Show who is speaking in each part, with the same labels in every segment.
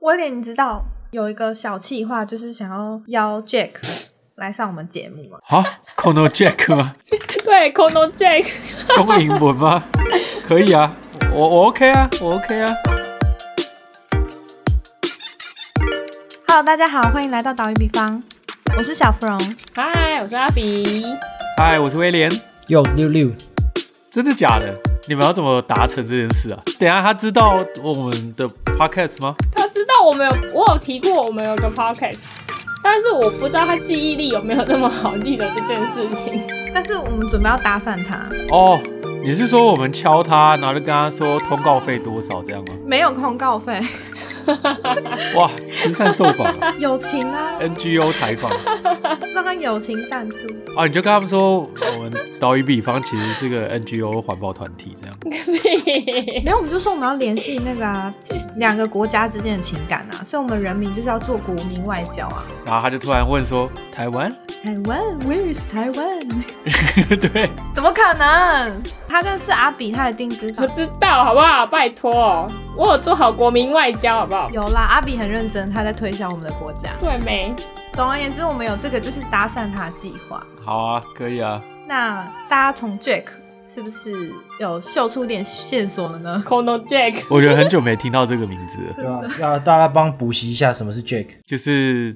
Speaker 1: 威廉，你知道有一个小企划，就是想要邀 Jack 来上我们节目吗？
Speaker 2: 好 c o n o Jack 吗？
Speaker 3: 对 c o n o Jack，
Speaker 2: 公英文吗？可以啊，我我 OK 啊，我 OK 啊。
Speaker 1: Hello，大家好，欢迎来到岛屿比方，我是小芙蓉。
Speaker 3: 嗨，我是阿比。
Speaker 2: 嗨，哎我是威廉，
Speaker 4: 哟六六，
Speaker 2: 真的假的？你们要怎么达成这件事啊？等一下他知道我们的 podcast 吗？
Speaker 3: 他知道我们有，我有提过我们有个 podcast，但是我不知道他记忆力有没有那么好记得这件事情。
Speaker 1: 但是我们准备要搭讪他，
Speaker 2: 哦，你是说我们敲他，然后就跟他说通告费多少这样吗？
Speaker 1: 没有通告费，
Speaker 2: 哇，慈善受访啊
Speaker 1: 友情啊，
Speaker 2: ，NGO 采访
Speaker 1: 让他友情赞助。
Speaker 2: 啊，你就跟他们说我们岛屿比方其实是个 NGO 环保团体这样。
Speaker 3: 屁
Speaker 1: 没有，我们就说我们要联系那个啊，两个国家之间的情感啊，所以我们人民就是要做国民外交啊。
Speaker 2: 然后他就突然问说：“台湾？
Speaker 1: 台湾，Where is 台湾？
Speaker 2: 对，
Speaker 1: 怎么可能？他认识阿比，他一定知道
Speaker 3: 我。知道，好不好？拜托，我有做好国民外交，好不好？
Speaker 1: 有啦，阿比很认真，他在推销我们的国家。
Speaker 3: 对没？
Speaker 1: 总而言之，我们有这个就是搭讪他的计划。
Speaker 2: 好啊，可以啊。
Speaker 1: 那大家从 Jack 是不是有秀出点线索了呢？
Speaker 3: c o n o Jack，
Speaker 2: 我觉得很久没听到这个名字了，
Speaker 1: 真
Speaker 4: 要
Speaker 1: 的，
Speaker 4: 啊要大家帮补习一下什么是 Jack。
Speaker 2: 就是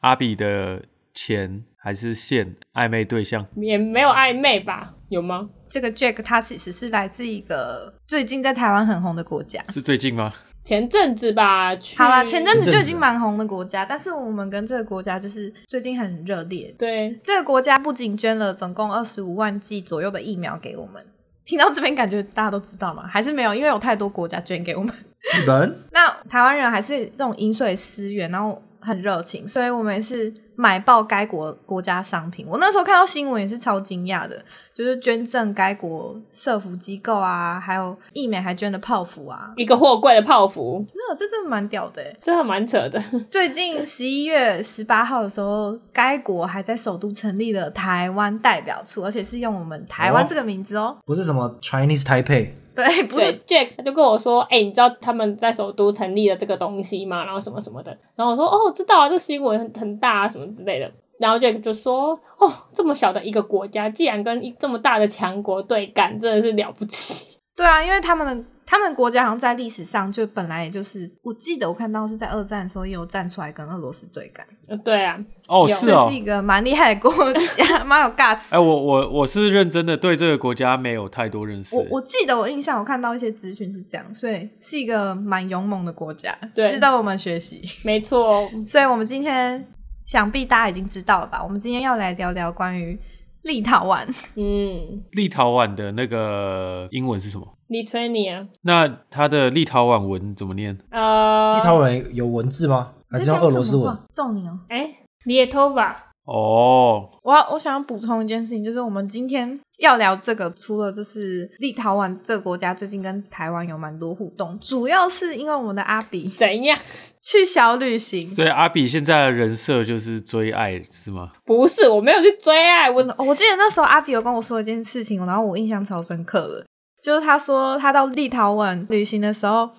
Speaker 2: 阿比的钱还是现暧昧对象？
Speaker 3: 也没有暧昧吧？有吗？
Speaker 1: 这个 Jack 他其实是来自一个最近在台湾很红的国家。
Speaker 2: 是最近吗？
Speaker 3: 前阵子吧，去
Speaker 1: 好啦，前阵子
Speaker 4: 前阵子
Speaker 1: 就已经蛮红的国家，但是我们跟这个国家就是最近很热烈。
Speaker 3: 对，
Speaker 1: 这个国家不仅捐了总共二十五万剂左右的疫苗给我们，听到这边感觉大家都知道吗？还是没有，因为有太多国家捐给我们。
Speaker 4: 日本
Speaker 1: 那台湾人还是这种饮水思源，然后很热情，所以我们也是买爆该国国家商品。我那时候看到新闻也是超惊讶的，就是捐赠该国社服机构啊，还有疫苗还捐了泡芙啊，
Speaker 3: 一个货柜的泡芙，
Speaker 1: 那这真的蛮屌的欸。
Speaker 3: 真的蛮扯的。
Speaker 1: 最近十一月十八号的时候，该国还在首都成立了台湾代表处，而且是用我们台湾
Speaker 4: 哦
Speaker 1: 这个名字哦。
Speaker 4: 不是什么 Chinese Taipei，
Speaker 1: 对，不是
Speaker 3: 对 Jack，他就跟我说，哎、你知道他们在首都成立了这个东西吗？然后什么什么的，然后我说，哦，知道啊，这新闻很很大啊，什么之类的。然后 Jack 就说，哦，这么小的一个国家，竟然跟一这么大的强国对干，真的是了不起。
Speaker 1: 对啊，因为他们的他们国家好像在历史上就本来也就是，我记得我看到是在二战的时候也有站出来跟俄罗斯对干，
Speaker 3: 呃对啊，
Speaker 2: 哦，
Speaker 3: 有
Speaker 2: 是
Speaker 1: 这
Speaker 2: 哦
Speaker 1: 是。一个蛮厉害的国家，蛮有 guts
Speaker 2: 哎、。我我我是认真的，对这个国家没有太多认识。
Speaker 1: 我我记得我印象我看到一些资讯是这样，所以是一个蛮勇猛的国家，
Speaker 3: 对
Speaker 1: 值得我们学习。
Speaker 3: 没错，哦
Speaker 1: 所以我们今天想必大家已经知道了吧？我们今天要来聊聊关于立陶宛，
Speaker 3: 嗯
Speaker 2: 立陶宛的那个英文是什么？
Speaker 3: ，Lithuania，
Speaker 2: 那它的立陶宛文怎么念？
Speaker 3: 呃，
Speaker 4: 立陶宛有文字吗？还是用俄罗斯
Speaker 3: 啊
Speaker 4: 文？？
Speaker 1: 揍你哦！
Speaker 3: 哎，Lietova，
Speaker 2: 哦，
Speaker 1: 我要我想要补充一件事情，就是我们今天要聊这个，除了就是立陶宛这个国家最近跟台湾有蛮多互动，主要是因为我们的阿比
Speaker 3: 怎样？
Speaker 1: 去小旅行。
Speaker 2: 所以阿比现在的人设就是追爱是吗？
Speaker 3: 不是，我没有去追爱，我
Speaker 2: 哦
Speaker 1: 我我记得那时候阿比有跟我说一件事情，然后我印象超深刻的，就是他说他到立陶宛旅行的时候，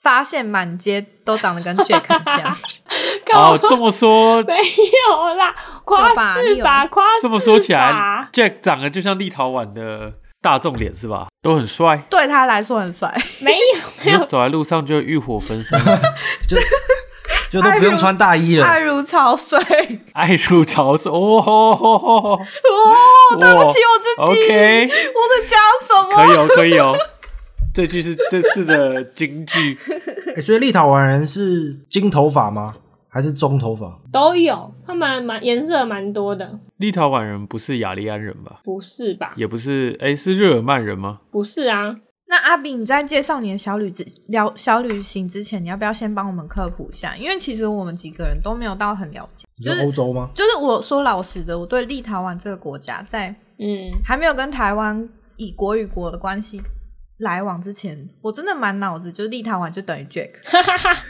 Speaker 1: 发现满街都长得跟 Jack 很 像。
Speaker 2: 哦，这么 说
Speaker 3: 没有啦，夸
Speaker 1: 有吧你
Speaker 3: 饰
Speaker 1: 有
Speaker 3: 吧，夸饰
Speaker 2: 哦这么说起来
Speaker 3: 吧
Speaker 2: ，Jack 长得就像立陶宛的大众脸是吧？都很帅，
Speaker 1: 对他来说很帅，
Speaker 3: 没有
Speaker 2: 你
Speaker 3: 没有
Speaker 2: 就走在路上就欲火焚身，
Speaker 4: 就都不用穿大衣
Speaker 1: 爱
Speaker 4: 了。
Speaker 1: 如潮水。 哦，
Speaker 2: 爱如潮水。哦吼吼吼吼
Speaker 1: 对不起我自己
Speaker 2: OK，
Speaker 1: 我在讲什么？
Speaker 2: 可以哦，可以哦。这句是这次的金句，
Speaker 4: 哎、所以立陶宛人是金头发吗？还是棕头发？
Speaker 3: 都有，他们蛮颜色蛮多的，
Speaker 2: 立陶宛人不是雅利安人吧？
Speaker 3: 不是吧？
Speaker 2: 也不是，哎，是日耳曼人吗？
Speaker 3: 不是啊，
Speaker 1: 那阿比，你在介绍你的小旅之聊小旅行之前，你要不要先帮我们科普一下？因为其实我们几个人都没有到很了解，
Speaker 4: 你
Speaker 1: 就
Speaker 4: 说欧
Speaker 1: 是。
Speaker 4: 洲吗？
Speaker 1: 就是我说老实的，我对立陶宛这个国家在
Speaker 3: 嗯，
Speaker 1: 还没有跟台湾以国与国的关系来往之前，我真的满脑子就是立陶宛就等于 Jack，就是
Speaker 3: 哈哈哈，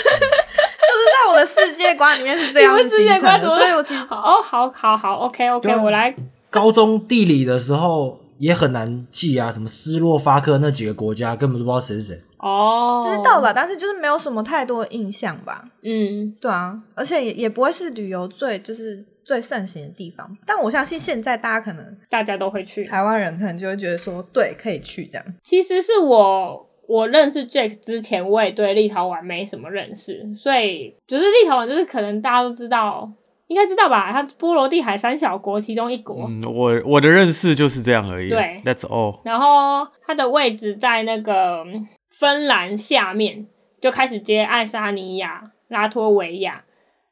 Speaker 1: 在我的世界观里面是这样
Speaker 3: 你们世
Speaker 1: 形
Speaker 3: 界
Speaker 1: 成
Speaker 3: 观
Speaker 1: 的，
Speaker 3: 怎么
Speaker 1: 所以我其实
Speaker 3: 好哦，好好好，OK
Speaker 4: 对
Speaker 3: OK，
Speaker 4: 啊
Speaker 3: 我来，
Speaker 4: 高中地理的时候也很难记啊，什么斯洛伐克那几个国家根本都不知道谁是谁。
Speaker 3: 哦，
Speaker 1: 知道了，，但是就是没有什么太多的印象吧。
Speaker 3: 嗯，
Speaker 1: 对啊，而且也也不会是旅游最就是最盛行的地方。但我相信现在大家可能
Speaker 3: 大家都会去。
Speaker 1: 台湾人可能就会觉得说，对，可以去这样。
Speaker 3: 其实是我我认识 Jack 之前，我也对立陶宛没什么认识，所以就是立陶宛就是可能大家都知道，应该知道吧？它是波罗的海三小国其中一国，
Speaker 2: 嗯，我我的认识就是这样而已。
Speaker 3: 对
Speaker 2: ，That's all。
Speaker 3: 然后它的位置在那个嗯芬兰下面，就开始接爱沙尼亚、拉脱维亚，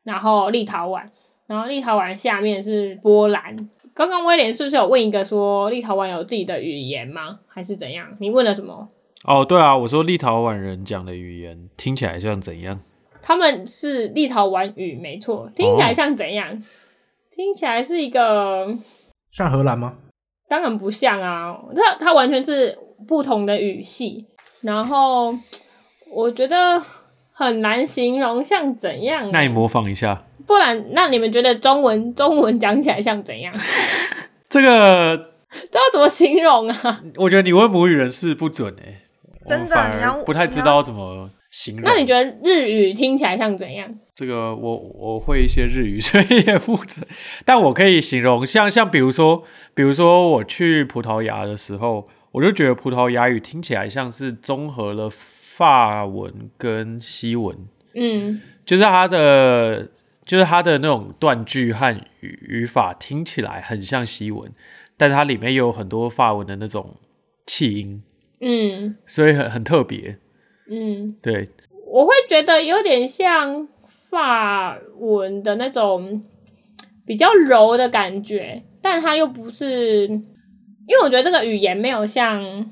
Speaker 3: 然后立陶宛，然后立陶宛下面是波兰。刚刚威廉是不是有问一个说立陶宛有自己的语言吗？还是怎样？你问了什么？
Speaker 2: 哦，对啊，我说立陶宛人讲的语言听起来像怎样？
Speaker 3: 他们是立陶宛语，没错，听起来像怎样？听起来是一个，
Speaker 4: 像荷兰吗？
Speaker 3: 当然不像啊，它它完全是不同的语系。然后我觉得很难形容像怎样、啊
Speaker 1: 嗯
Speaker 2: 那你模仿一下。
Speaker 3: 不然，那你们觉得中文中文讲起来像怎样？
Speaker 2: 这个
Speaker 3: 这要怎么形容啊？
Speaker 2: 我觉得你问母语人士不准哎、欸，我
Speaker 1: 真的
Speaker 2: 反
Speaker 1: 你要
Speaker 2: 而不太知道怎么形容。
Speaker 3: 那你觉得日语听起来像怎样？
Speaker 2: 这个我我会一些日语， 所以也不准，但我可以形容，像像比如说，比如说我去葡萄牙的时候，我就觉得葡萄牙语听起来像是综合了法文跟西文，
Speaker 3: 嗯，
Speaker 2: 就是它的就是它的那种断句和语语法听起来很像西文，但是它里面也有很多法文的那种气音，
Speaker 3: 嗯
Speaker 2: 所以很很特别。
Speaker 3: 嗯，
Speaker 2: 对，
Speaker 3: 我会觉得有点像法文的那种比较柔的感觉，但它又不是，因为我觉得这个语言没有像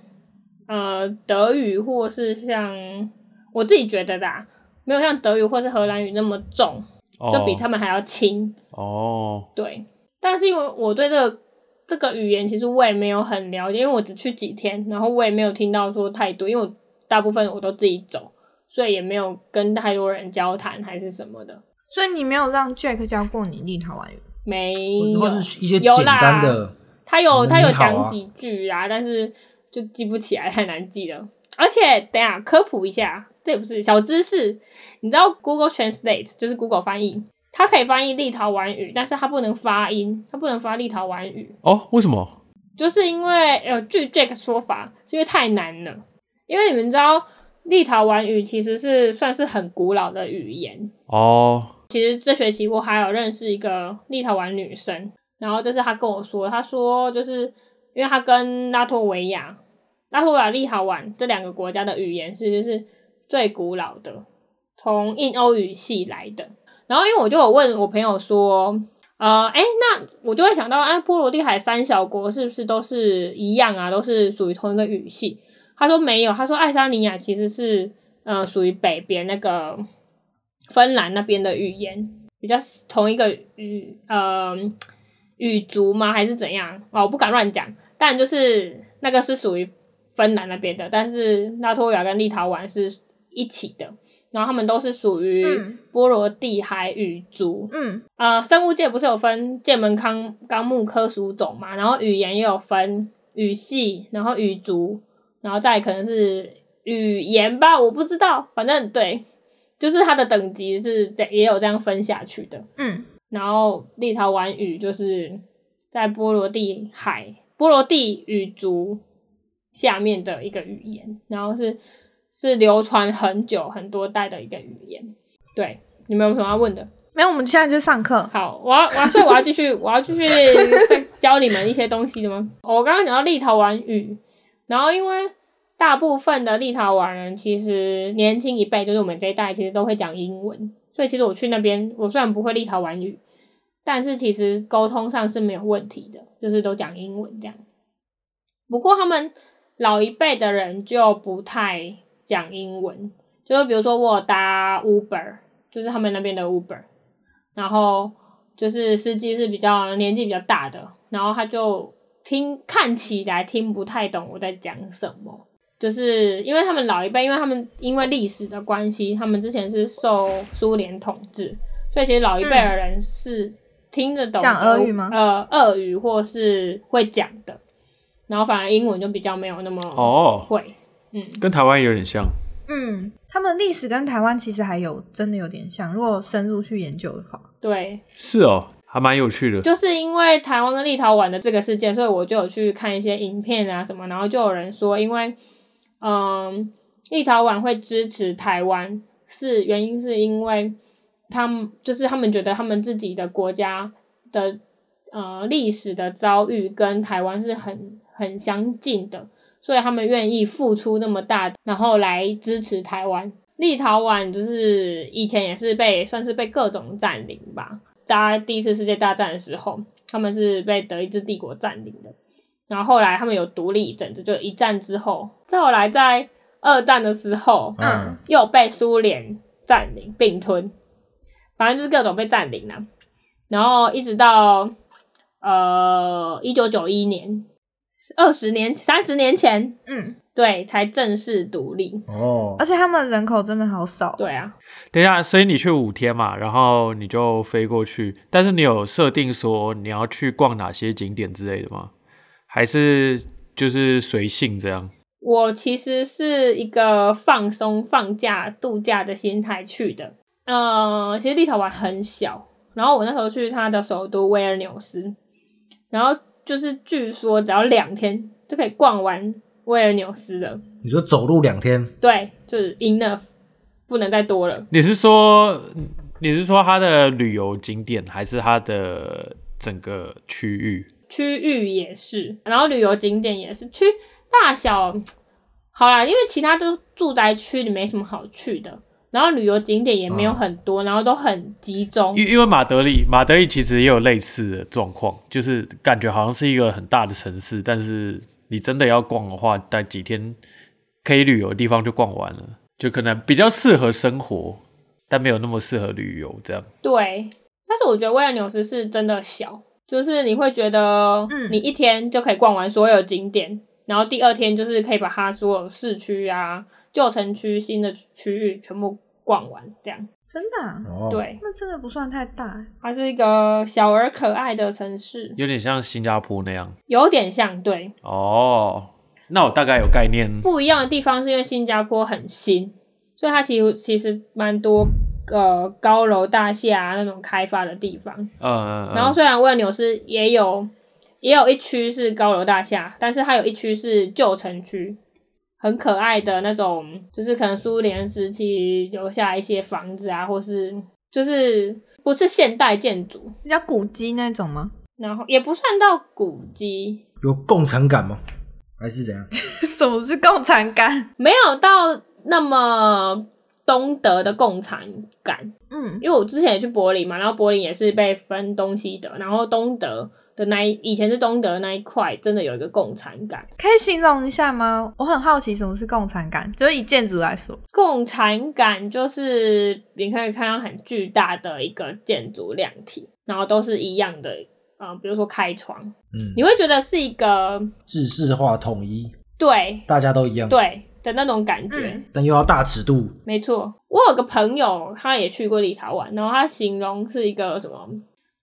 Speaker 3: 呃德语或是像我自己觉得的、啊，没有像德语或是荷兰语那么重，
Speaker 2: 哦
Speaker 3: 就比他们还要轻。
Speaker 2: 哦，
Speaker 3: 对，但是因为我对这个这个语言其实我也没有很了解，因为我只去几天，然后我也没有听到说太多，因为我大部分我都自己走，所以也没有跟太多人交谈还是什么的，
Speaker 1: 所以你没有让 Jack 教过你立陶宛语，
Speaker 3: 没有
Speaker 4: 或。是一些
Speaker 3: 有
Speaker 4: 简单
Speaker 3: 啦
Speaker 4: 的
Speaker 3: 他有
Speaker 4: 嗯
Speaker 3: 他有
Speaker 4: 你好啊
Speaker 3: 讲几句啊，但是就记不起来，太难记了。而且等一下科普一下，这也不是小知识，你知道 Google Translate 就是 Google 翻译，它可以翻译立陶宛语，但是它不能发音，它不能发立陶宛语。
Speaker 2: 哦，为什么？
Speaker 3: 就是因为呃，据 Jack 说法，是因为太难了。因为你们知道，立陶宛语其实是算是很古老的语言。
Speaker 2: 哦，
Speaker 3: 其实这学期我还有认识一个立陶宛女生，然后就是她跟我说，她说就是因为她跟拉脱维亚、拉脱维亚、立陶宛这两个国家的语言是就是最古老的，从印欧语系来的。然后因为我就有问我朋友说，呃，哎，那我就会想到，啊，波罗的海三小国是不是都是一样啊？都是属于同一个语系？他说没有，他说爱沙尼亚其实是呃属于北边那个芬兰那边的语言，比较同一个语呃语族吗？还是怎样？哦，我不敢乱讲，但就是那个是属于芬兰那边的，但是拉脱维亚跟立陶宛是一起的，然后他们都是属于
Speaker 1: 嗯
Speaker 3: 波罗的海语族。
Speaker 1: 嗯，
Speaker 3: 呃，生物界不是有分界门纲纲目科属种嘛，然后语言也有分语系，然后语族，然后再可能是语言吧，我不知道，反正对，就是它的等级是这也有这样分下去的。
Speaker 1: 嗯，
Speaker 3: 然后立陶宛语就是在波罗的海波罗的语族下面的一个语言，然后是是流传很久很多代的一个语言。对，你们有什么要问的？
Speaker 1: 没有，我们现在就上课。
Speaker 3: 好，我要我要所以我要继续我要继续再教你们一些东西的吗？哦我刚刚讲到立陶宛语，然后因为大部分的立陶宛人其实年轻一辈，就是我们这一代，其实都会讲英文，所以其实我去那边，我虽然不会立陶宛语，但是其实沟通上是没有问题的，就是都讲英文这样。不过他们老一辈的人就不太讲英文，就是比如说我有搭 Uber，就是他们那边的 Uber，然后就是司机是比较年纪比较大的，然后他就听看起来听不太懂我在讲什么，就是因为他们老一辈，因为他们因为历史的关系，他们之前是受苏联统治，所以其实老一辈的人是听得懂
Speaker 1: 讲俄语吗
Speaker 3: 呃，俄语或是会讲的，然后反而英文就比较没有那么
Speaker 2: 哦，
Speaker 3: 会。嗯，
Speaker 2: 跟台湾有点像。
Speaker 1: 嗯，他们历史跟台湾其实还有真的有点像，如果深入去研究的话，
Speaker 3: 对，
Speaker 2: 是哦，还蛮有趣的。
Speaker 3: 就是因为台湾跟立陶宛的这个事件，所以我就有去看一些影片啊什么，然后就有人说，因为嗯，立陶宛会支持台湾，是原因是因为他们就是他们觉得他们自己的国家的呃历史的遭遇跟台湾是很很相近的，所以他们愿意付出那么大，然后来支持台湾。立陶宛就是以前也是被算是被各种占领吧，在第一次世界大战的时候，他们是被德意志帝国占领的。然后后来他们有独立一阵子，就一战之后，再后来在二战的时候
Speaker 1: 嗯
Speaker 4: 嗯，
Speaker 3: 又被苏联占领并吞，反正就是各种被占领了、啊然后一直到呃一九九一年，二十年三十年前，
Speaker 1: 嗯，
Speaker 3: 对，才正式独立。
Speaker 4: 哦
Speaker 1: 而，且他们人口真的好少，
Speaker 3: 对啊，
Speaker 2: 等一下，所以你去五天嘛，然后你就飞过去，但是你有设定说你要去逛哪些景点之类的吗？还是就是随性这样？
Speaker 3: 我其实是一个放松、放假、度假的心态去的。呃，其实立陶宛很小，然后我那时候去它的首都维尔纽斯，然后就是据说只要两天就可以逛完维尔纽斯了。
Speaker 4: 你说走路两天，
Speaker 3: 对，就是 enough，不能再多了。
Speaker 2: 你是说你是说它的旅游景点，还是它的整个区域？
Speaker 3: 区域也是，然后旅游景点也是，区大小好啦，因为其他都住宅区里没什么好去的，然后旅游景点也没有很多，然后都很集中。
Speaker 2: 因因为马德里，马德里其实也有类似的状况，就是感觉好像是一个很大的城市，但是你真的要逛的话，待几天可以旅游的地方就逛完了，就可能比较适合生活，但没有那么适合旅游这样。
Speaker 3: 对，但是我觉得威尔纽斯是真的小，就是你会觉得，
Speaker 1: 嗯
Speaker 3: 你一天就可以逛完所有景点，然后第二天就是可以把它所有市区啊、旧城区、新的区域全部逛完，这样。
Speaker 1: 真的、啊，
Speaker 4: 哦，，
Speaker 3: 对，
Speaker 1: 那真的不算太大，欸
Speaker 3: 它是一个小而可爱的城市，
Speaker 2: 有点像新加坡那样
Speaker 3: 有点像对。
Speaker 2: 哦。那我大概有概念，
Speaker 3: 不一样的地方是因为新加坡很新，所以它其实其实蛮多呃高楼大厦、啊、那种开发的地方。
Speaker 2: 呃，
Speaker 3: 然后虽然威尔纽斯也有也有一区是高楼大厦，但是它有一区是旧城区，很可爱的那种，就是可能苏联时期留下一些房子啊，或是就是不是现代建筑，
Speaker 1: 比较古迹那种吗？
Speaker 3: 然后也不算到古迹，
Speaker 4: 有共产感吗？还是怎样？
Speaker 1: 什么是共产感？
Speaker 3: 没有到那么东德的共产感，
Speaker 1: 嗯
Speaker 3: 因为我之前也去柏林嘛，然后柏林也是被分东西德，然后东德的那一以前是东德的那一块，真的有一个共产感。
Speaker 1: 可以形容一下吗？我很好奇什么是共产感，就是以建筑来说，
Speaker 3: 共产感就是你可以看到很巨大的一个建筑量体，然后都是一样的，呃，比如说开窗，
Speaker 4: 嗯
Speaker 3: 你，会觉得是一个
Speaker 4: 制式化统一，
Speaker 3: 对
Speaker 4: 大家都一样，，
Speaker 3: 对的那种感觉。
Speaker 1: 嗯
Speaker 4: 但又要大尺度，
Speaker 3: 没错，我有个朋友，他也去过立陶宛，然后他形容是一个什么，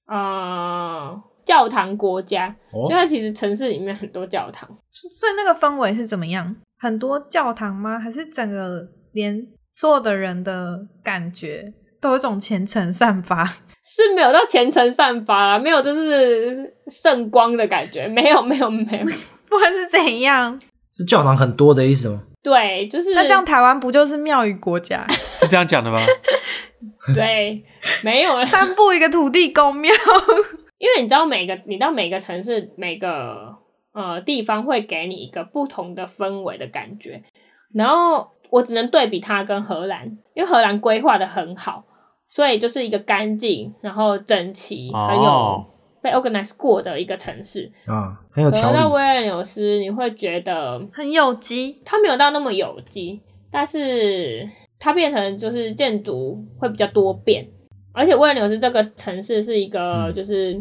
Speaker 3: 呃，教堂国家，
Speaker 4: 哦
Speaker 3: 就，它其实城市里面很多教堂。
Speaker 1: 所以那个氛围是怎么样？很多教堂吗？还是整个连所有的人的感觉都有一种虔诚散发？
Speaker 3: 是没有到虔诚散发啦，没有就是圣光的感觉，没有没有没有，
Speaker 1: 不管是怎样，
Speaker 4: 是教堂很多的意思吗？
Speaker 3: 对，就是
Speaker 1: 那这样台湾不就是庙宇国 家，
Speaker 2: 是这样讲的吗？
Speaker 3: 对，没 有啦，
Speaker 1: 三步一个土地公庙？
Speaker 3: 因为你知道每个你到每个城市每个呃地方会给你一个不同的氛围的感觉，然后我只能对比它跟荷兰，因为荷兰规划的很好，所以就是一个干净，然后整齐，很有
Speaker 2: 哦，
Speaker 3: 被 organize 过的一个城市。
Speaker 4: 啊，很有
Speaker 3: 可能到
Speaker 4: 条理，
Speaker 3: 维尔纽斯，你会觉得
Speaker 1: 很有机，
Speaker 3: 它没有到那么有机，但是它变成就是建筑会比较多变，而且威尔纽斯这个城市是一个
Speaker 4: 嗯
Speaker 3: 就是。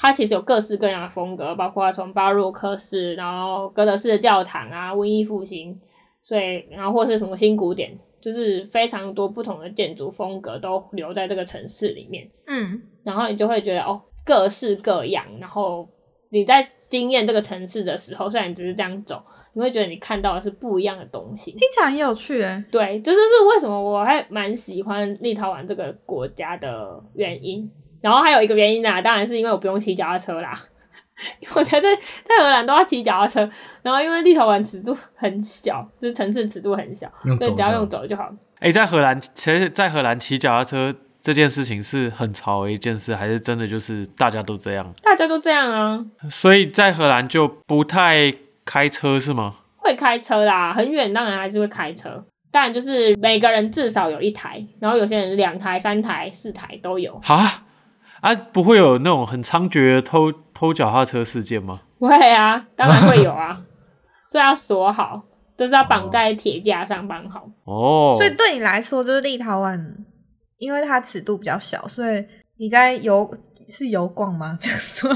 Speaker 3: 它其实有各式各样的风格，包括从巴洛克式，然后哥德式的教堂啊，文艺复兴，所以然后或是什么新古典，就是非常多不同的建筑风格都留在这个城市里面。
Speaker 1: 嗯，
Speaker 3: 然后你就会觉得哦，各式各样，然后你在经验这个城市的时候，虽然你只是这样走，你会觉得你看到的是不一样的东西。
Speaker 1: 听起来很有趣哎、
Speaker 3: 对，这就是为什么我还蛮喜欢立陶宛这个国家的原因。然后还有一个原因啊啦，当然是因为我不用骑脚踏车啦， 因为我在在在荷兰都要骑脚踏车。然后因为立陶宛尺度很小，就是城市尺度很小，
Speaker 4: 用
Speaker 3: 所以
Speaker 4: 走
Speaker 3: 只要用
Speaker 4: 的。
Speaker 3: 走就好。
Speaker 2: 哎、在荷兰，其实，在荷兰骑脚踏车这件事情是很潮的一件事，还是真的就是大家都这样？
Speaker 3: 大家都这样啊，
Speaker 2: 所以在荷兰就不太开车是吗？
Speaker 3: 会开车啦，很远当然还是会开车。但就是每个人至少有一台，然后有些人两台、三台、四台都有。
Speaker 2: 啊啊，不会有那种很猖獗的偷偷脚踏车事件吗？
Speaker 3: 会啊，当然会有 啊，所以要锁好，就是要绑在铁架上 绑好。
Speaker 2: 哦，
Speaker 1: 所以对你来说，就是立陶宛，因为它尺度比较小，所以你在游是游逛吗？ 这样说，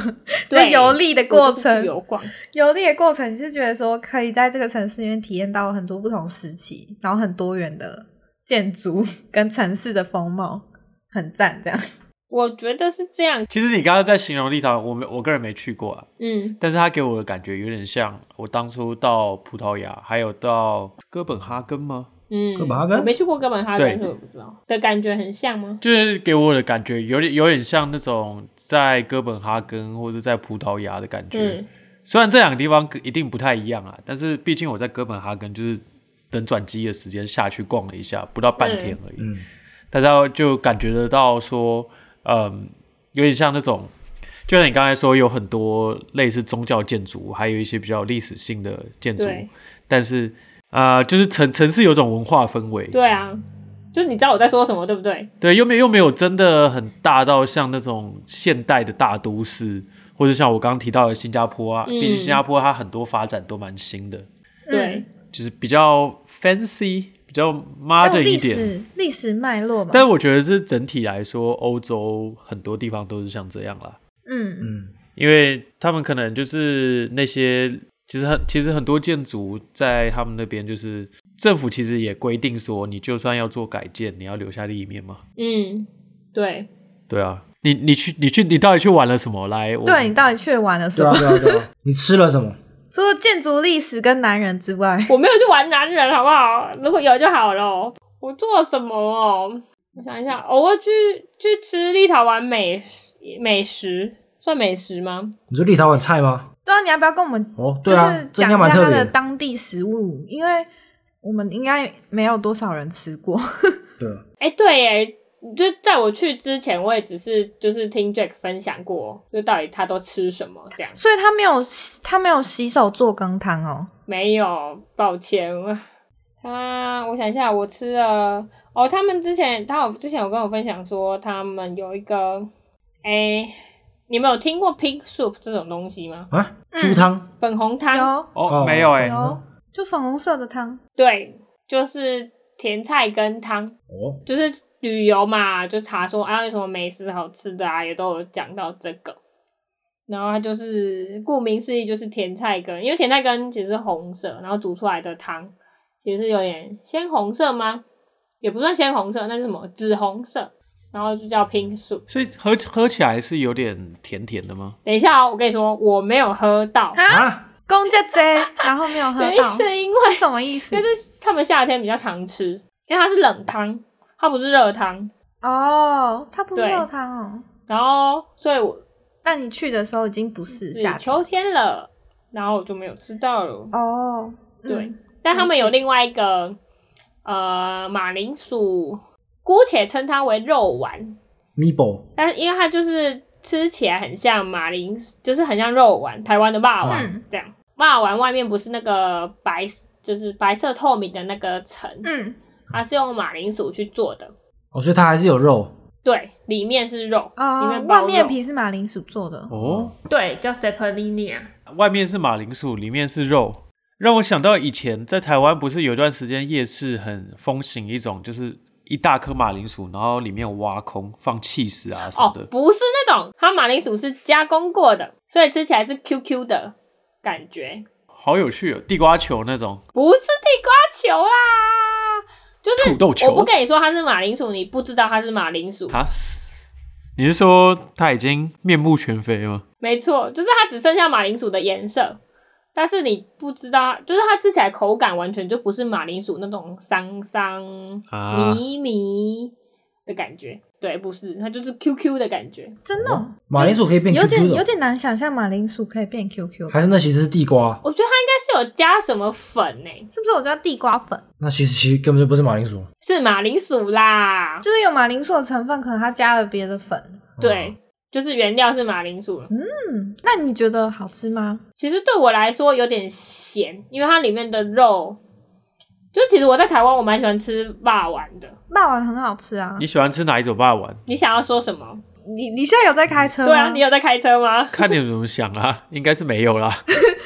Speaker 1: 在
Speaker 3: 对，
Speaker 1: 游历的
Speaker 3: 我
Speaker 1: 过
Speaker 3: 就是去
Speaker 1: 程，
Speaker 3: 游逛，
Speaker 1: 游历的过程，你是觉得说可以在这个城市里面体验到很多不同时期，然后很多元的建筑跟城市的风貌，很赞。这样，
Speaker 3: 我觉得是这样。
Speaker 2: 其实你刚刚在形容立陶宛，我没我个人没去过啊，
Speaker 3: 嗯，
Speaker 2: 但是它给我的感觉有点像我当初到葡萄牙，还有到哥本哈根吗？
Speaker 3: 嗯，
Speaker 4: 哥本哈根
Speaker 3: 我没去过哥本哈根，
Speaker 2: 对
Speaker 3: 所以我不知道的感觉很像吗？
Speaker 2: 就是给我的感觉有点有点像那种在哥本哈根或者在葡萄牙的感觉。
Speaker 3: 嗯，
Speaker 2: 虽然这两个地方一定不太一样啊，但是毕竟我在哥本哈根就是等转机的时间下去逛了一下，不到半天而已。
Speaker 4: 嗯，
Speaker 2: 大家就感觉得到说，嗯，有点像那种，就像你刚才说，有很多类似宗教建筑，还有一些比较有历史性的建筑，
Speaker 3: 对
Speaker 2: 但是啊、呃就是城城市有种文化氛围，
Speaker 3: 对啊，就是你知道我在说什么，对不对？
Speaker 2: 对，又没又没有真的很大到像那种现代的大都市，或者像我刚刚提到的新加坡啊，
Speaker 3: 嗯
Speaker 2: 毕竟新加坡它很多发展都蛮新的，
Speaker 3: 对，
Speaker 4: 嗯
Speaker 2: 就是比较 fancy、比较
Speaker 1: 嗯，
Speaker 2: modern
Speaker 1: 用历
Speaker 2: 一点。
Speaker 1: 史历史脉络嘛。
Speaker 2: 但我觉得是整体来说，欧洲很多地方都是像这样啦，
Speaker 1: 嗯，
Speaker 4: 嗯，
Speaker 2: 因为他们可能就是那些其实很其实很多建筑在他们那边就是政府其实也规定说，你就算要做改建，你要留下立面嘛。
Speaker 3: 嗯，对，
Speaker 2: 对啊，你你去你去你到底去玩了什么？来，我
Speaker 1: 对你到底去玩了什
Speaker 4: 对
Speaker 1: 么
Speaker 4: 啊，？对啊，对啊。你吃了什么？
Speaker 1: 除了建筑历史跟男人之外，
Speaker 3: 我没有去玩男人，好不好？如果有就好了。我做了什么哦？我想一下，偶尔去去吃立陶宛美食美食，算美食吗？
Speaker 4: 你说立陶宛菜吗？
Speaker 1: 对啊，你要不要跟我们
Speaker 4: 哦，
Speaker 1: 就
Speaker 4: 对啊，
Speaker 1: 是
Speaker 4: 这应
Speaker 1: 讲
Speaker 4: 该
Speaker 1: 一
Speaker 4: 蛮
Speaker 1: 下
Speaker 4: 特
Speaker 1: 它
Speaker 4: 别
Speaker 1: 的
Speaker 4: 的。
Speaker 1: 当地食物，因为我们应该没有多少人吃过。
Speaker 4: 对啊，
Speaker 3: 哎、对耶，就在我去之前，我也只是就是听 Jack 分享过，就到底他都吃什么这样。
Speaker 1: 所以他没有他没有洗手做羹汤哦。
Speaker 3: 没有，抱歉。他，我想一下，我吃了哦。他们之前，他有之前有跟我分享说，他们有一个，哎、你们有听过 pig soup 这种东西吗？
Speaker 4: 啊，
Speaker 1: 嗯
Speaker 4: 猪汤
Speaker 3: 粉红汤，
Speaker 1: 有
Speaker 2: 哦没有哎、
Speaker 4: 对
Speaker 1: 有，就粉红色的汤。
Speaker 3: 对，就是甜菜根汤，
Speaker 4: 哦，
Speaker 3: 就是旅游嘛，就查说啊有什么美食好吃的啊，也都有讲到这个。然后它就是顾名思义就是甜菜根，因为甜菜根其实是红色，然后煮出来的汤其实是有点鲜红色吗？也不算鲜红色，那是什么紫红色，然后就叫 pink soup。
Speaker 2: 所以喝喝起来是有点甜甜的吗？
Speaker 3: 等一下哦，我跟你说，我没有喝到，
Speaker 1: 啊，
Speaker 4: 啊，
Speaker 1: 公家贼，然后没有喝
Speaker 3: 原因
Speaker 1: 到，
Speaker 3: 是因为
Speaker 1: 是什么意思
Speaker 3: 因为？这是他们夏天比较常吃，因为它是冷汤，它不是热汤。
Speaker 1: 哦，它不是
Speaker 3: 对
Speaker 1: 热汤哦。
Speaker 3: 然后，所以我
Speaker 1: 但你去的时候已经不是夏天
Speaker 3: 是秋天了，然后我就没有吃到了。
Speaker 1: 哦。嗯
Speaker 3: 对，，但他们有另外一个呃马铃薯，姑且称它为肉丸，
Speaker 4: 米宝，
Speaker 3: 但是因为它就是吃起来很像马铃，就是很像肉丸，台湾的霸丸、
Speaker 1: 嗯
Speaker 3: 这样。霸丸外面不是那个白，就是白色透明的那个层，
Speaker 1: 嗯，
Speaker 3: 它是用马铃薯去做的。
Speaker 4: 哦，所以它还是有肉，
Speaker 3: 对，里面是肉，里
Speaker 1: 哦
Speaker 3: 面，包
Speaker 1: 外面
Speaker 3: 肉
Speaker 1: 皮是马铃薯做的。
Speaker 2: 哦，
Speaker 3: 对叫 s e p a l i n i
Speaker 1: 啊
Speaker 3: a
Speaker 2: 外面是马铃薯，里面是肉，让我想到以前在台湾不是有一段时间夜市很风行一种，就是一大颗马铃薯，然后里面挖空放 cheese 啊什
Speaker 3: 哦
Speaker 2: 么的。，
Speaker 3: 不是那种，它马铃薯是加工过的，所以吃起来是 QQ 的感觉，
Speaker 2: 好有趣哦，地瓜球那种，
Speaker 3: 不是地瓜球啊啦，就是
Speaker 2: 土豆球
Speaker 3: 我不跟你说它是马铃薯，你不知道它是马铃薯，
Speaker 2: 它你是说它已经面目全非吗？
Speaker 3: 没错，就是它只剩下马铃薯的颜色，但是你不知道，就是它吃起来口感完全就不是马铃薯那种桑桑
Speaker 2: 啊
Speaker 3: 迷迷的感觉。对，不是，它就是 QQ 的感觉。
Speaker 1: 真的哦、
Speaker 4: 马铃薯可以变
Speaker 1: 有点
Speaker 4: QQ
Speaker 1: 有
Speaker 4: 的，
Speaker 1: 点难想象马铃薯可以变 QQ，
Speaker 4: 还是那其实是地瓜？
Speaker 3: 我觉得它应该是有加什么粉呢、欸
Speaker 1: 是不是？我叫地瓜粉，
Speaker 4: 那其实其实根本就不是马铃薯。
Speaker 3: 是马铃薯啦。
Speaker 1: 就是有马铃薯的成分，可能它加了别的粉。
Speaker 2: 嗯
Speaker 3: 对，就是原料是马铃薯。
Speaker 1: 嗯，那你觉得好吃吗？
Speaker 3: 其实对我来说有点咸，因为它里面的肉，就其实我在台湾我蛮喜欢吃霸丸的。
Speaker 1: 霸王很好吃啊
Speaker 2: 你。喜欢吃哪一种霸王？
Speaker 3: 你想要说什么？
Speaker 1: 你你现在有在开车吗？
Speaker 3: 对啊，
Speaker 2: 嗯
Speaker 3: 你有在开车吗？
Speaker 2: 看你们怎么想啊，应该是没有啦。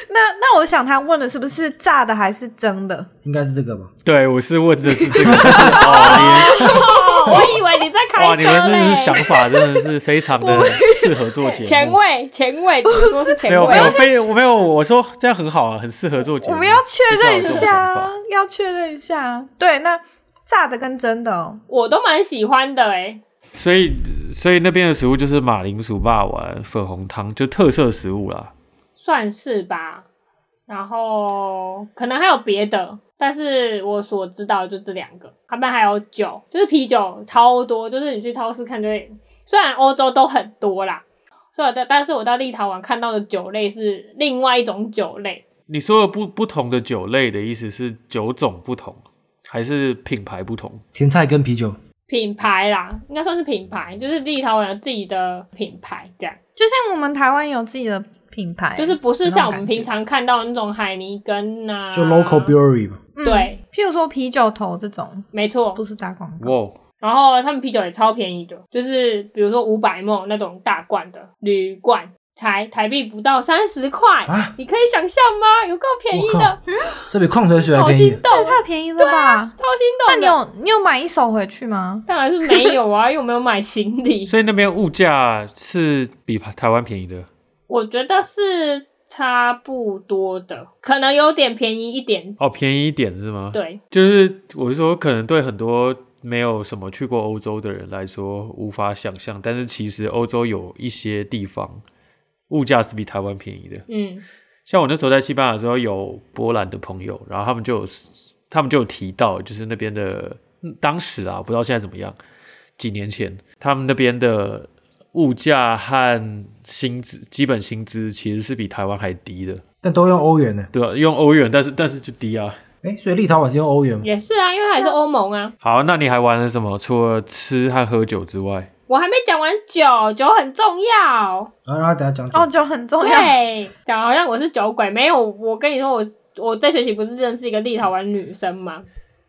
Speaker 1: 那那我想他问的是不是炸的还是蒸的？
Speaker 4: 应该是这个吧？
Speaker 2: 对，我是问的是这个。哦，你
Speaker 3: 哦，我以为你在开
Speaker 2: 哇，
Speaker 3: 车
Speaker 2: 你们真的是想哦
Speaker 3: 嘞。
Speaker 2: 法真的是非常的适合做 节目。
Speaker 3: 前卫，前卫，只能说是
Speaker 1: 哎
Speaker 3: 前
Speaker 2: 没有没有
Speaker 3: 卫。
Speaker 2: 非我没有我说这样很好啊，很适合做节目。
Speaker 1: 我们要确认一
Speaker 2: 就像
Speaker 1: 下
Speaker 2: 我这种
Speaker 1: 啊
Speaker 2: 想法，
Speaker 1: 要确认一下啊。对，那炸的跟蒸的哦，
Speaker 3: 我都蛮喜欢的哎，
Speaker 2: 所以所以那边的食物就是马铃薯霸丸、粉红汤，就特色食物啦。
Speaker 3: 算是吧。然后可能还有别的，但是我所知道的就这两个。他们还有酒，就是啤酒超多，就是你去超市看就会，虽然欧洲都很多啦，所以我在，但是我到立陶宛看到的酒类是另外一种酒类，
Speaker 2: 你说的不不同的酒类的意思是酒种不同，还是品牌不同？
Speaker 4: 甜菜跟啤酒，
Speaker 3: 品牌啦，应该算是品牌，就是立陶宛有自己的品牌这样。
Speaker 1: 就像我们台湾有自己的品牌，
Speaker 3: 就是不是像我们
Speaker 1: 那种感觉
Speaker 3: 平常看到的那种海尼根啊呐、
Speaker 1: 啊
Speaker 4: 就 local brewery 嘛。
Speaker 1: 嗯
Speaker 3: 对，
Speaker 1: 譬如说啤酒头这种，
Speaker 3: 没错
Speaker 1: 不。是打广告。
Speaker 2: 哇，
Speaker 3: 然后他们啤酒也超便宜的，就是比如说五百梦那种大罐的铝罐，才台币不到三十块，
Speaker 4: 啊
Speaker 3: 你可以想象吗？有够便宜
Speaker 4: 我
Speaker 3: 的
Speaker 4: 靠，这比矿泉水还
Speaker 3: 好
Speaker 4: 便宜
Speaker 3: 心。动，啊
Speaker 1: 这也太便宜了吧！
Speaker 3: 超
Speaker 1: 那
Speaker 3: 心动的。
Speaker 1: 你有你有买一手回去吗？
Speaker 3: 当然是没有啊，又没有买行李，
Speaker 2: 所以那边物价是比台湾便宜的。
Speaker 3: 我觉得是差不多的，可能有点便宜一点。
Speaker 2: 哦，便宜一点是吗？，
Speaker 3: 对，
Speaker 2: 就是我是说，可能对很多没有什么去过欧洲的人来说无法想象，但是其实欧洲有一些地方物价是比台湾便宜的。
Speaker 3: 嗯，
Speaker 2: 像我那时候在西班牙的时候，有波兰的朋友，然后他们就有他们就有提到，就是那边的嗯当时啊，不知道现在怎么样，几年前他们那边的物价和薪资基本薪资其实是比台湾还低的，
Speaker 4: 但都用欧元呢、
Speaker 2: 对吧、啊用欧元，但是但是就低啊。
Speaker 4: 诶，哎所以立陶宛是用欧元吗？
Speaker 3: 也是啊，因为还是欧盟啊。
Speaker 2: 好，那你还玩了什么？除了吃和喝酒之外，
Speaker 3: 我还没讲完酒，酒很重要。
Speaker 4: 啊，然后等一下讲酒。
Speaker 1: 哦，就很重要。
Speaker 3: 嗯对，讲好像我是酒鬼，没有。我跟你说，我我这学期不是认识一个立陶宛女生嘛，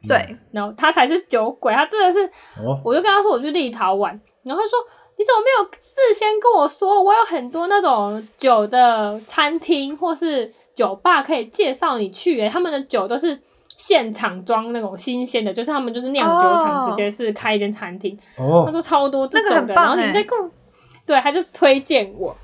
Speaker 1: 对，
Speaker 3: 然后她才是酒鬼，她真的是，
Speaker 4: 哦，
Speaker 3: 我就跟她说我去立陶宛，然后她说你怎么没有事先跟我说？我有很多那种酒的餐厅或是酒吧可以介绍你去、欸，他们的酒都是。现场装那种新鲜的，就是他们就是酿酒厂
Speaker 1: 哦
Speaker 3: 直接是开一间餐厅他
Speaker 4: 哦，
Speaker 3: 说超多这
Speaker 1: 这个
Speaker 3: 种
Speaker 1: 很
Speaker 3: 的，
Speaker 1: 棒
Speaker 3: 然后你
Speaker 1: 欸
Speaker 3: 在跟我，对，他就推荐我，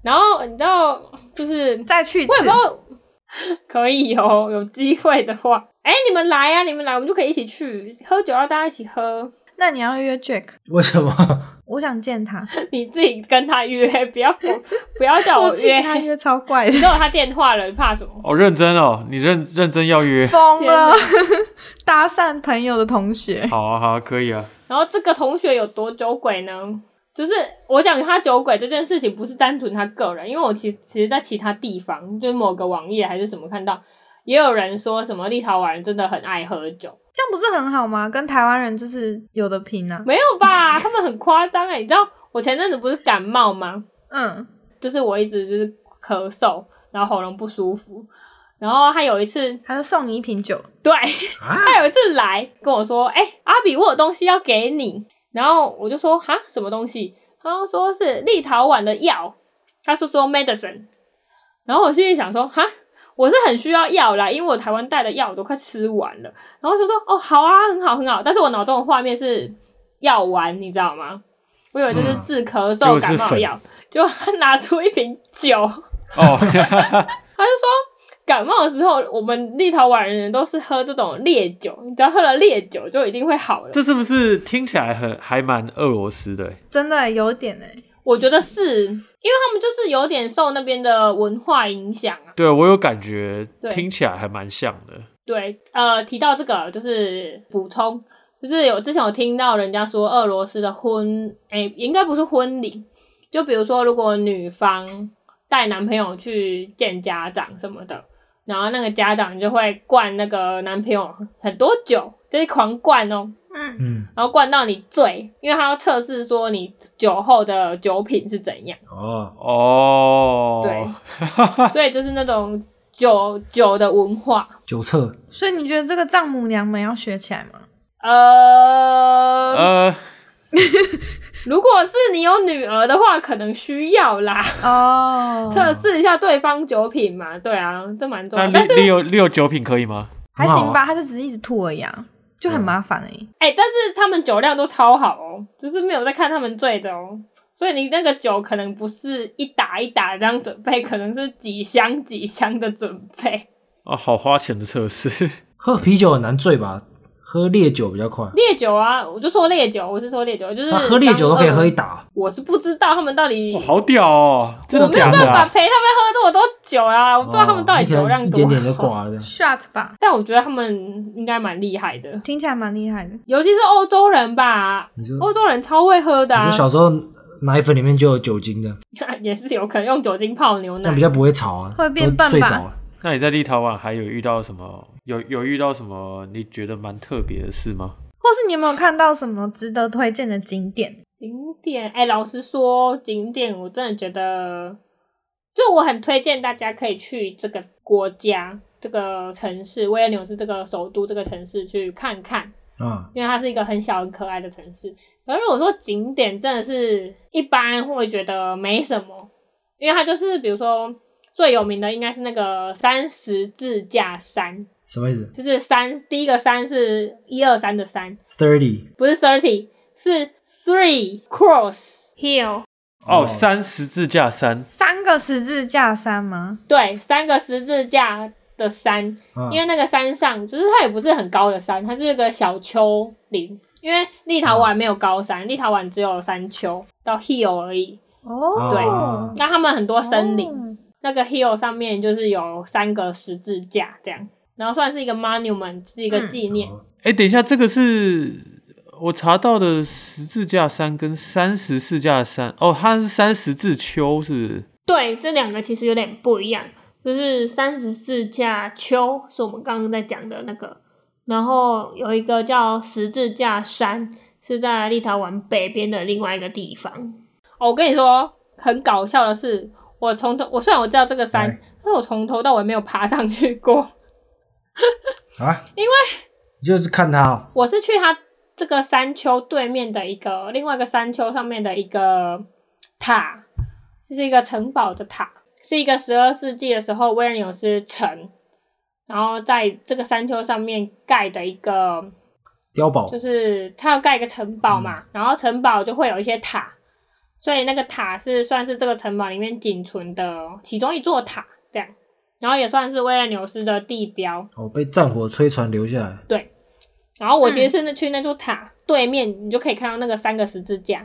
Speaker 3: 然后你知道就是
Speaker 1: 再去一次
Speaker 3: 我也不知道 可以哦，有机会的话，哎、你们来啊，你们来，我们就可以一起去喝酒，要大家一起喝，
Speaker 1: 那你要约 Jack，
Speaker 4: 为什么？ 啊
Speaker 1: 我想见他。
Speaker 3: 你自己跟他约， 不要我不要叫
Speaker 1: 我
Speaker 3: 我
Speaker 1: 自己
Speaker 3: 约
Speaker 1: 跟，他约超 怪的。
Speaker 3: 你，都有他电话了，你怕什么？
Speaker 2: 哦，认真哦，你认认真要约
Speaker 1: 疯
Speaker 3: 天
Speaker 1: 了
Speaker 3: 哪，
Speaker 1: 搭讪朋友的同学。
Speaker 2: 好啊，好啊，可以啊。
Speaker 3: 然后这个同学有多酒鬼呢？就是我讲他酒鬼这件事情，不是单纯他个人，因为我其其实，在其他地方，就是某个网页还是什么看到，也有人说什么立陶宛人真的很爱喝酒，
Speaker 1: 这样不是很好吗？跟台湾人就是有的拼啊。
Speaker 3: 没有吧？他们很夸张哎，你知道我前阵子不是感冒吗？
Speaker 1: 嗯，
Speaker 3: 就是我一直就是咳嗽，然后喉咙不舒服，然后他有一次，
Speaker 1: 他就送你一瓶酒，
Speaker 3: 对
Speaker 4: 啊，
Speaker 3: 他有一次来跟我说，哎、阿比，我有东西要给你，然后我就说哈，什么东西？他说是立陶宛的药，他说说 medicine，然后我心里想说哈，我是很需要药啦，因为我台湾带的药我都快吃完了，然后就说哦好啊，很好很好，但是我脑中的画面是药丸，你知道吗？我以为就是
Speaker 4: 嗯
Speaker 3: 治咳嗽
Speaker 2: 结果是
Speaker 3: 感冒的
Speaker 2: 粉
Speaker 3: 药，结果他拿出一瓶酒，
Speaker 2: 哦，
Speaker 3: 他就说感冒的时候，我们立陶宛人都是喝这种烈酒，你只要喝了烈酒就一定会好了。
Speaker 2: 这是不是听起来很还蛮俄罗斯的欸、
Speaker 1: 真的有点哎、
Speaker 3: 我觉得是因为他们就是有点受那边的文化影响啊。
Speaker 2: 对我有感觉，
Speaker 3: 对
Speaker 2: 听起来还蛮像的。
Speaker 3: 对，呃，提到这个就是补充，就是有之前有听到人家说俄罗斯的婚，哎、应该不是婚礼，就比如说如果女方带男朋友去见家长什么的，然后那个家长就会灌那个男朋友很多酒，就是狂灌哦，
Speaker 1: 嗯，
Speaker 4: 嗯，
Speaker 3: 然后灌到你醉，因为他要测试说你酒后的酒品是怎样。
Speaker 4: 哦，
Speaker 2: 哦，啊
Speaker 3: 所以就是那种酒酒的文化。
Speaker 4: 酒测
Speaker 1: 所以你觉得这个丈母娘们要学起来吗？
Speaker 3: 呃，
Speaker 2: 呃，
Speaker 3: 如果是你有女儿的话，可能需要啦，
Speaker 1: 哦，
Speaker 3: 测试一下对方酒品嘛。对啊，这蛮重
Speaker 2: 那
Speaker 3: 要。
Speaker 2: 六
Speaker 3: 但是，
Speaker 2: 六六酒品可以吗？
Speaker 1: 还行
Speaker 4: 很好
Speaker 1: 吧，他就只是一直吐而已啊，就很麻烦而已。
Speaker 3: 哎、但是他们酒量都超好哦，就是没有在看他们醉的哦。所以你那个酒可能不是一打一打这样准备，可能是几箱几箱的准备。
Speaker 2: 啊，好花钱的测试。
Speaker 4: 喝啤酒很难醉吧？喝烈酒比较快。
Speaker 3: 烈酒啊，我就说烈酒，我是说烈酒，就是
Speaker 4: 啊那喝烈酒都可以喝一
Speaker 3: 当
Speaker 4: 打，
Speaker 3: 呃。我是不知道他们到底
Speaker 2: 哇，好屌哦！真
Speaker 3: 我
Speaker 2: 的
Speaker 3: 没有
Speaker 2: 假
Speaker 3: 办
Speaker 2: 的
Speaker 3: 法
Speaker 2: 啊？
Speaker 3: 陪他们喝这么多酒啊！我不知道他们到底
Speaker 4: 哦
Speaker 3: 酒量
Speaker 4: 一
Speaker 3: 多好，
Speaker 4: 点点就挂了这样。
Speaker 1: Shut 吧，
Speaker 3: 但我觉得他们应该蛮厉害的，
Speaker 1: 听起来蛮厉害的。
Speaker 3: 尤其是欧洲人吧，
Speaker 4: 你说，
Speaker 3: 欧洲人超会喝的、啊
Speaker 4: 你说，小时候奶粉里面就有酒精的，
Speaker 3: 也是有可能用酒精泡牛
Speaker 4: 这
Speaker 3: 奶
Speaker 4: 样比。较不会吵啊，
Speaker 1: 会变
Speaker 4: 都
Speaker 1: 笨
Speaker 4: 睡
Speaker 1: 吧
Speaker 4: 着了。
Speaker 2: 那你在立陶宛还有遇到什么？有有遇到什么你觉得蛮特别的事吗？
Speaker 1: 或是你有没有看到什么值得推荐的景点？
Speaker 3: 景点，哎、老实说，景点我真的觉得，就我很推荐大家可以去这个国家、这个城市，维也纽斯这个首都这个城市去看看。
Speaker 4: 啊，
Speaker 3: 因为它是一个很小很可爱的城市。可是我说景点真的是一般会觉得没什么，因为它就是比如说最有名的应该是那个三十自驾山，
Speaker 4: 什么意思
Speaker 3: 就是三第一个山是一二三的三，
Speaker 4: ？Thirty
Speaker 3: 不是 thirty，是 three cross hill。
Speaker 2: 哦，三十字架三，
Speaker 1: 三个十字架山吗？
Speaker 3: 对，三个十字架的山，
Speaker 4: 啊，
Speaker 3: 因为那个山上就是它也不是很高的山，它是一个小丘陵。因为立陶宛没有高山，立陶宛只有山丘到 hill 而已。
Speaker 1: 哦，
Speaker 3: 对
Speaker 4: 啊
Speaker 3: 那他们很多森林，
Speaker 1: 哦
Speaker 3: 那个 hill 上面就是有三个十字架这样，然后算是一个 monument，就是一个
Speaker 1: 嗯
Speaker 3: 纪念。
Speaker 2: 哎，等一下，这个是我查到的十字架三跟三十四架三，哦，它是三十字丘是不是？
Speaker 3: 对，这两个其实有点不一样，就是三十四架丘是我们刚刚在讲的那个，然后有一个叫十字架山，是在立陶宛北边的另外一个地方。哦，我跟你说，很搞笑的是，我从头，我虽然我知道这个山
Speaker 4: 哎，
Speaker 3: 但是我从头到尾没有爬上去过。
Speaker 4: 啊，因为就是看他哦
Speaker 3: 我是去它这个山丘对面的一个另外一个山丘上面的一个塔，这是一个城堡的塔，是一个十二世纪的时候威尔纽斯城，然后在这个山丘上面盖的一个，
Speaker 4: 碉堡
Speaker 3: 就是它要盖一个城堡嘛，然后城堡就会有一些塔，所以那个塔是算是这个城堡里面仅存的其中一座塔这样，然后也算是威尔纽斯的地标。
Speaker 4: 哦，被战火摧残留下来。
Speaker 3: 然后
Speaker 1: 嗯
Speaker 3: 我其实是那去那座塔、对面，你就可以看到那个三个十字架，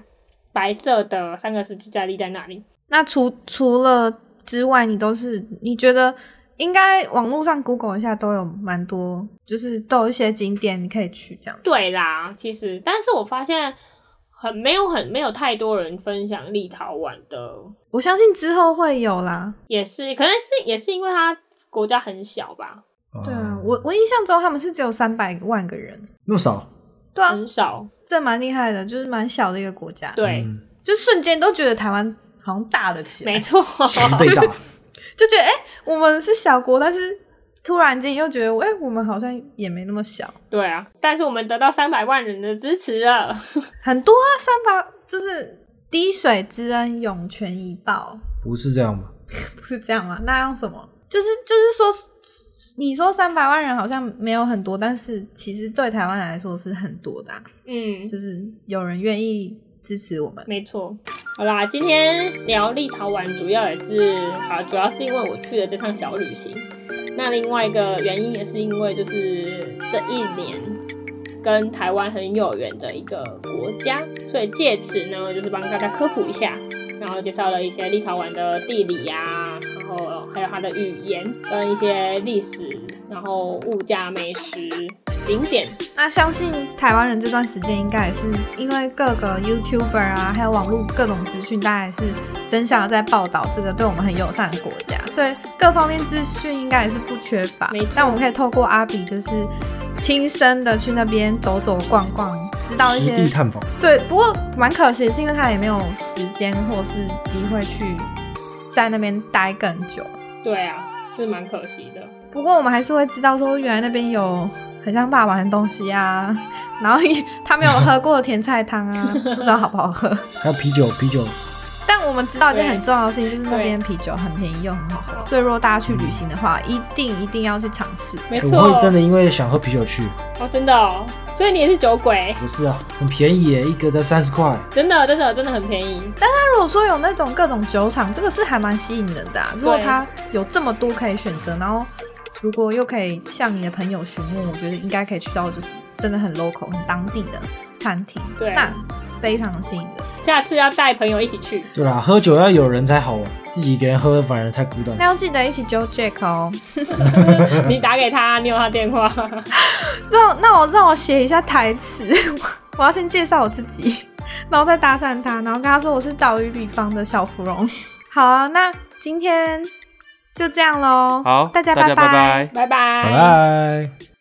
Speaker 3: 白色的三个十字架立在那里。
Speaker 1: 那除除了之外，你都是你觉得应该网络上 Google 一下都有蛮多，就是都有一些景点你可以去这样。
Speaker 3: 对啦，其实，但是我发现很没有很没有太多人分享立陶宛的，
Speaker 1: 我相信之后会有啦。
Speaker 3: 也是可能是也是因为它国家很小吧，
Speaker 4: 啊
Speaker 1: 对啊，我我印象中他们是只有三百万个人。
Speaker 4: 那么少，
Speaker 1: 对啊，
Speaker 3: 很少。
Speaker 1: 这蛮厉害的，就是蛮小的一个国家。，
Speaker 3: 嗯对，
Speaker 4: 嗯
Speaker 1: 就瞬间都觉得台湾好像大了起来
Speaker 3: 没，错，
Speaker 4: 十倍大，
Speaker 1: 就觉得哎、诶我们是小国，但是突然间又觉得哎、诶我们好像也没那么小。
Speaker 3: 对啊。但是我们得到三百万人的支持了，
Speaker 1: 很多啊，三百就是滴水之恩，涌泉以报，
Speaker 4: 不是这样吧？
Speaker 1: 不是这样吗？那用什么？就是就是说，你说三百万人好像没有很多，但是其实对台湾来说是很多的啊、
Speaker 3: 嗯，
Speaker 1: 就是有人愿意支持我们。
Speaker 3: 没错，好啦，今天聊立陶宛主要也是啊，主要是因为我去了这趟小旅行，那另外一个原因也是因为就是这一年跟台湾很有缘的一个国家，所以借此呢就是帮大家科普一下，然后介绍了一些立陶宛的地理呀、然后还有它的语言跟一些历史，然后物价、美食、景点
Speaker 1: 那相信台湾人这段时间应该也是因为各个 YouTuber 啊，还有网络各种资讯，大家也是争相地在报道这个对我们很友善的国家，所以各方面资讯应该也是不缺乏
Speaker 3: 没错。
Speaker 1: 但我们可以透过阿比，就是亲身的去那边走走逛逛，知道一
Speaker 4: 实
Speaker 1: 些
Speaker 4: 地探访。
Speaker 1: 对，不过蛮可惜，是因为他也没有时间或是机会去在那边待更久。
Speaker 3: 对啊，是蛮可惜的。
Speaker 1: 不过我们还是会知道说，原来那边有很像霸王的东西啊， 然后也他没有喝过的甜菜汤 啊，不知道好不好喝。
Speaker 4: 还有啤酒，啤酒
Speaker 1: 但我们知道一件很重要的事情，就是那边啤酒很便宜又很好喝，所以如果大家去旅行的话，一定一定要去尝试。
Speaker 3: 没
Speaker 4: 哎我
Speaker 3: 错，
Speaker 4: 会真的因为想喝啤酒去，
Speaker 3: 哦，真的哦，所以你也是酒鬼，
Speaker 4: 不是啊，很便宜耶，一个才三十块，
Speaker 3: 真的真的真的很便宜，
Speaker 1: 那如果说有那种各种酒厂，这个是还蛮吸引人的、啊。如果
Speaker 3: 对
Speaker 1: 它有这么多可以选择，然后如果又可以向你的朋友询问，我觉得应该可以去到就是真的很 local、很当地的餐厅，
Speaker 3: 对
Speaker 1: 那非常吸引人。
Speaker 3: 下次要带朋友一起去。
Speaker 4: 对啦，喝酒要有人才好玩，啊自己一个人喝反而太孤单。
Speaker 1: 那要记得一起揪 Jack 哦。
Speaker 3: 你打给他，你有他电话。
Speaker 1: 让那我让我写一下台词， 我要先介绍我自己， 然后再搭讪他，然后跟他说我是岛屿旅方的小芙蓉。好啊，那今天就这样喽。
Speaker 2: 好，
Speaker 1: 大家
Speaker 2: 大家拜
Speaker 1: 拜
Speaker 2: 拜。
Speaker 3: 拜拜
Speaker 4: 拜拜。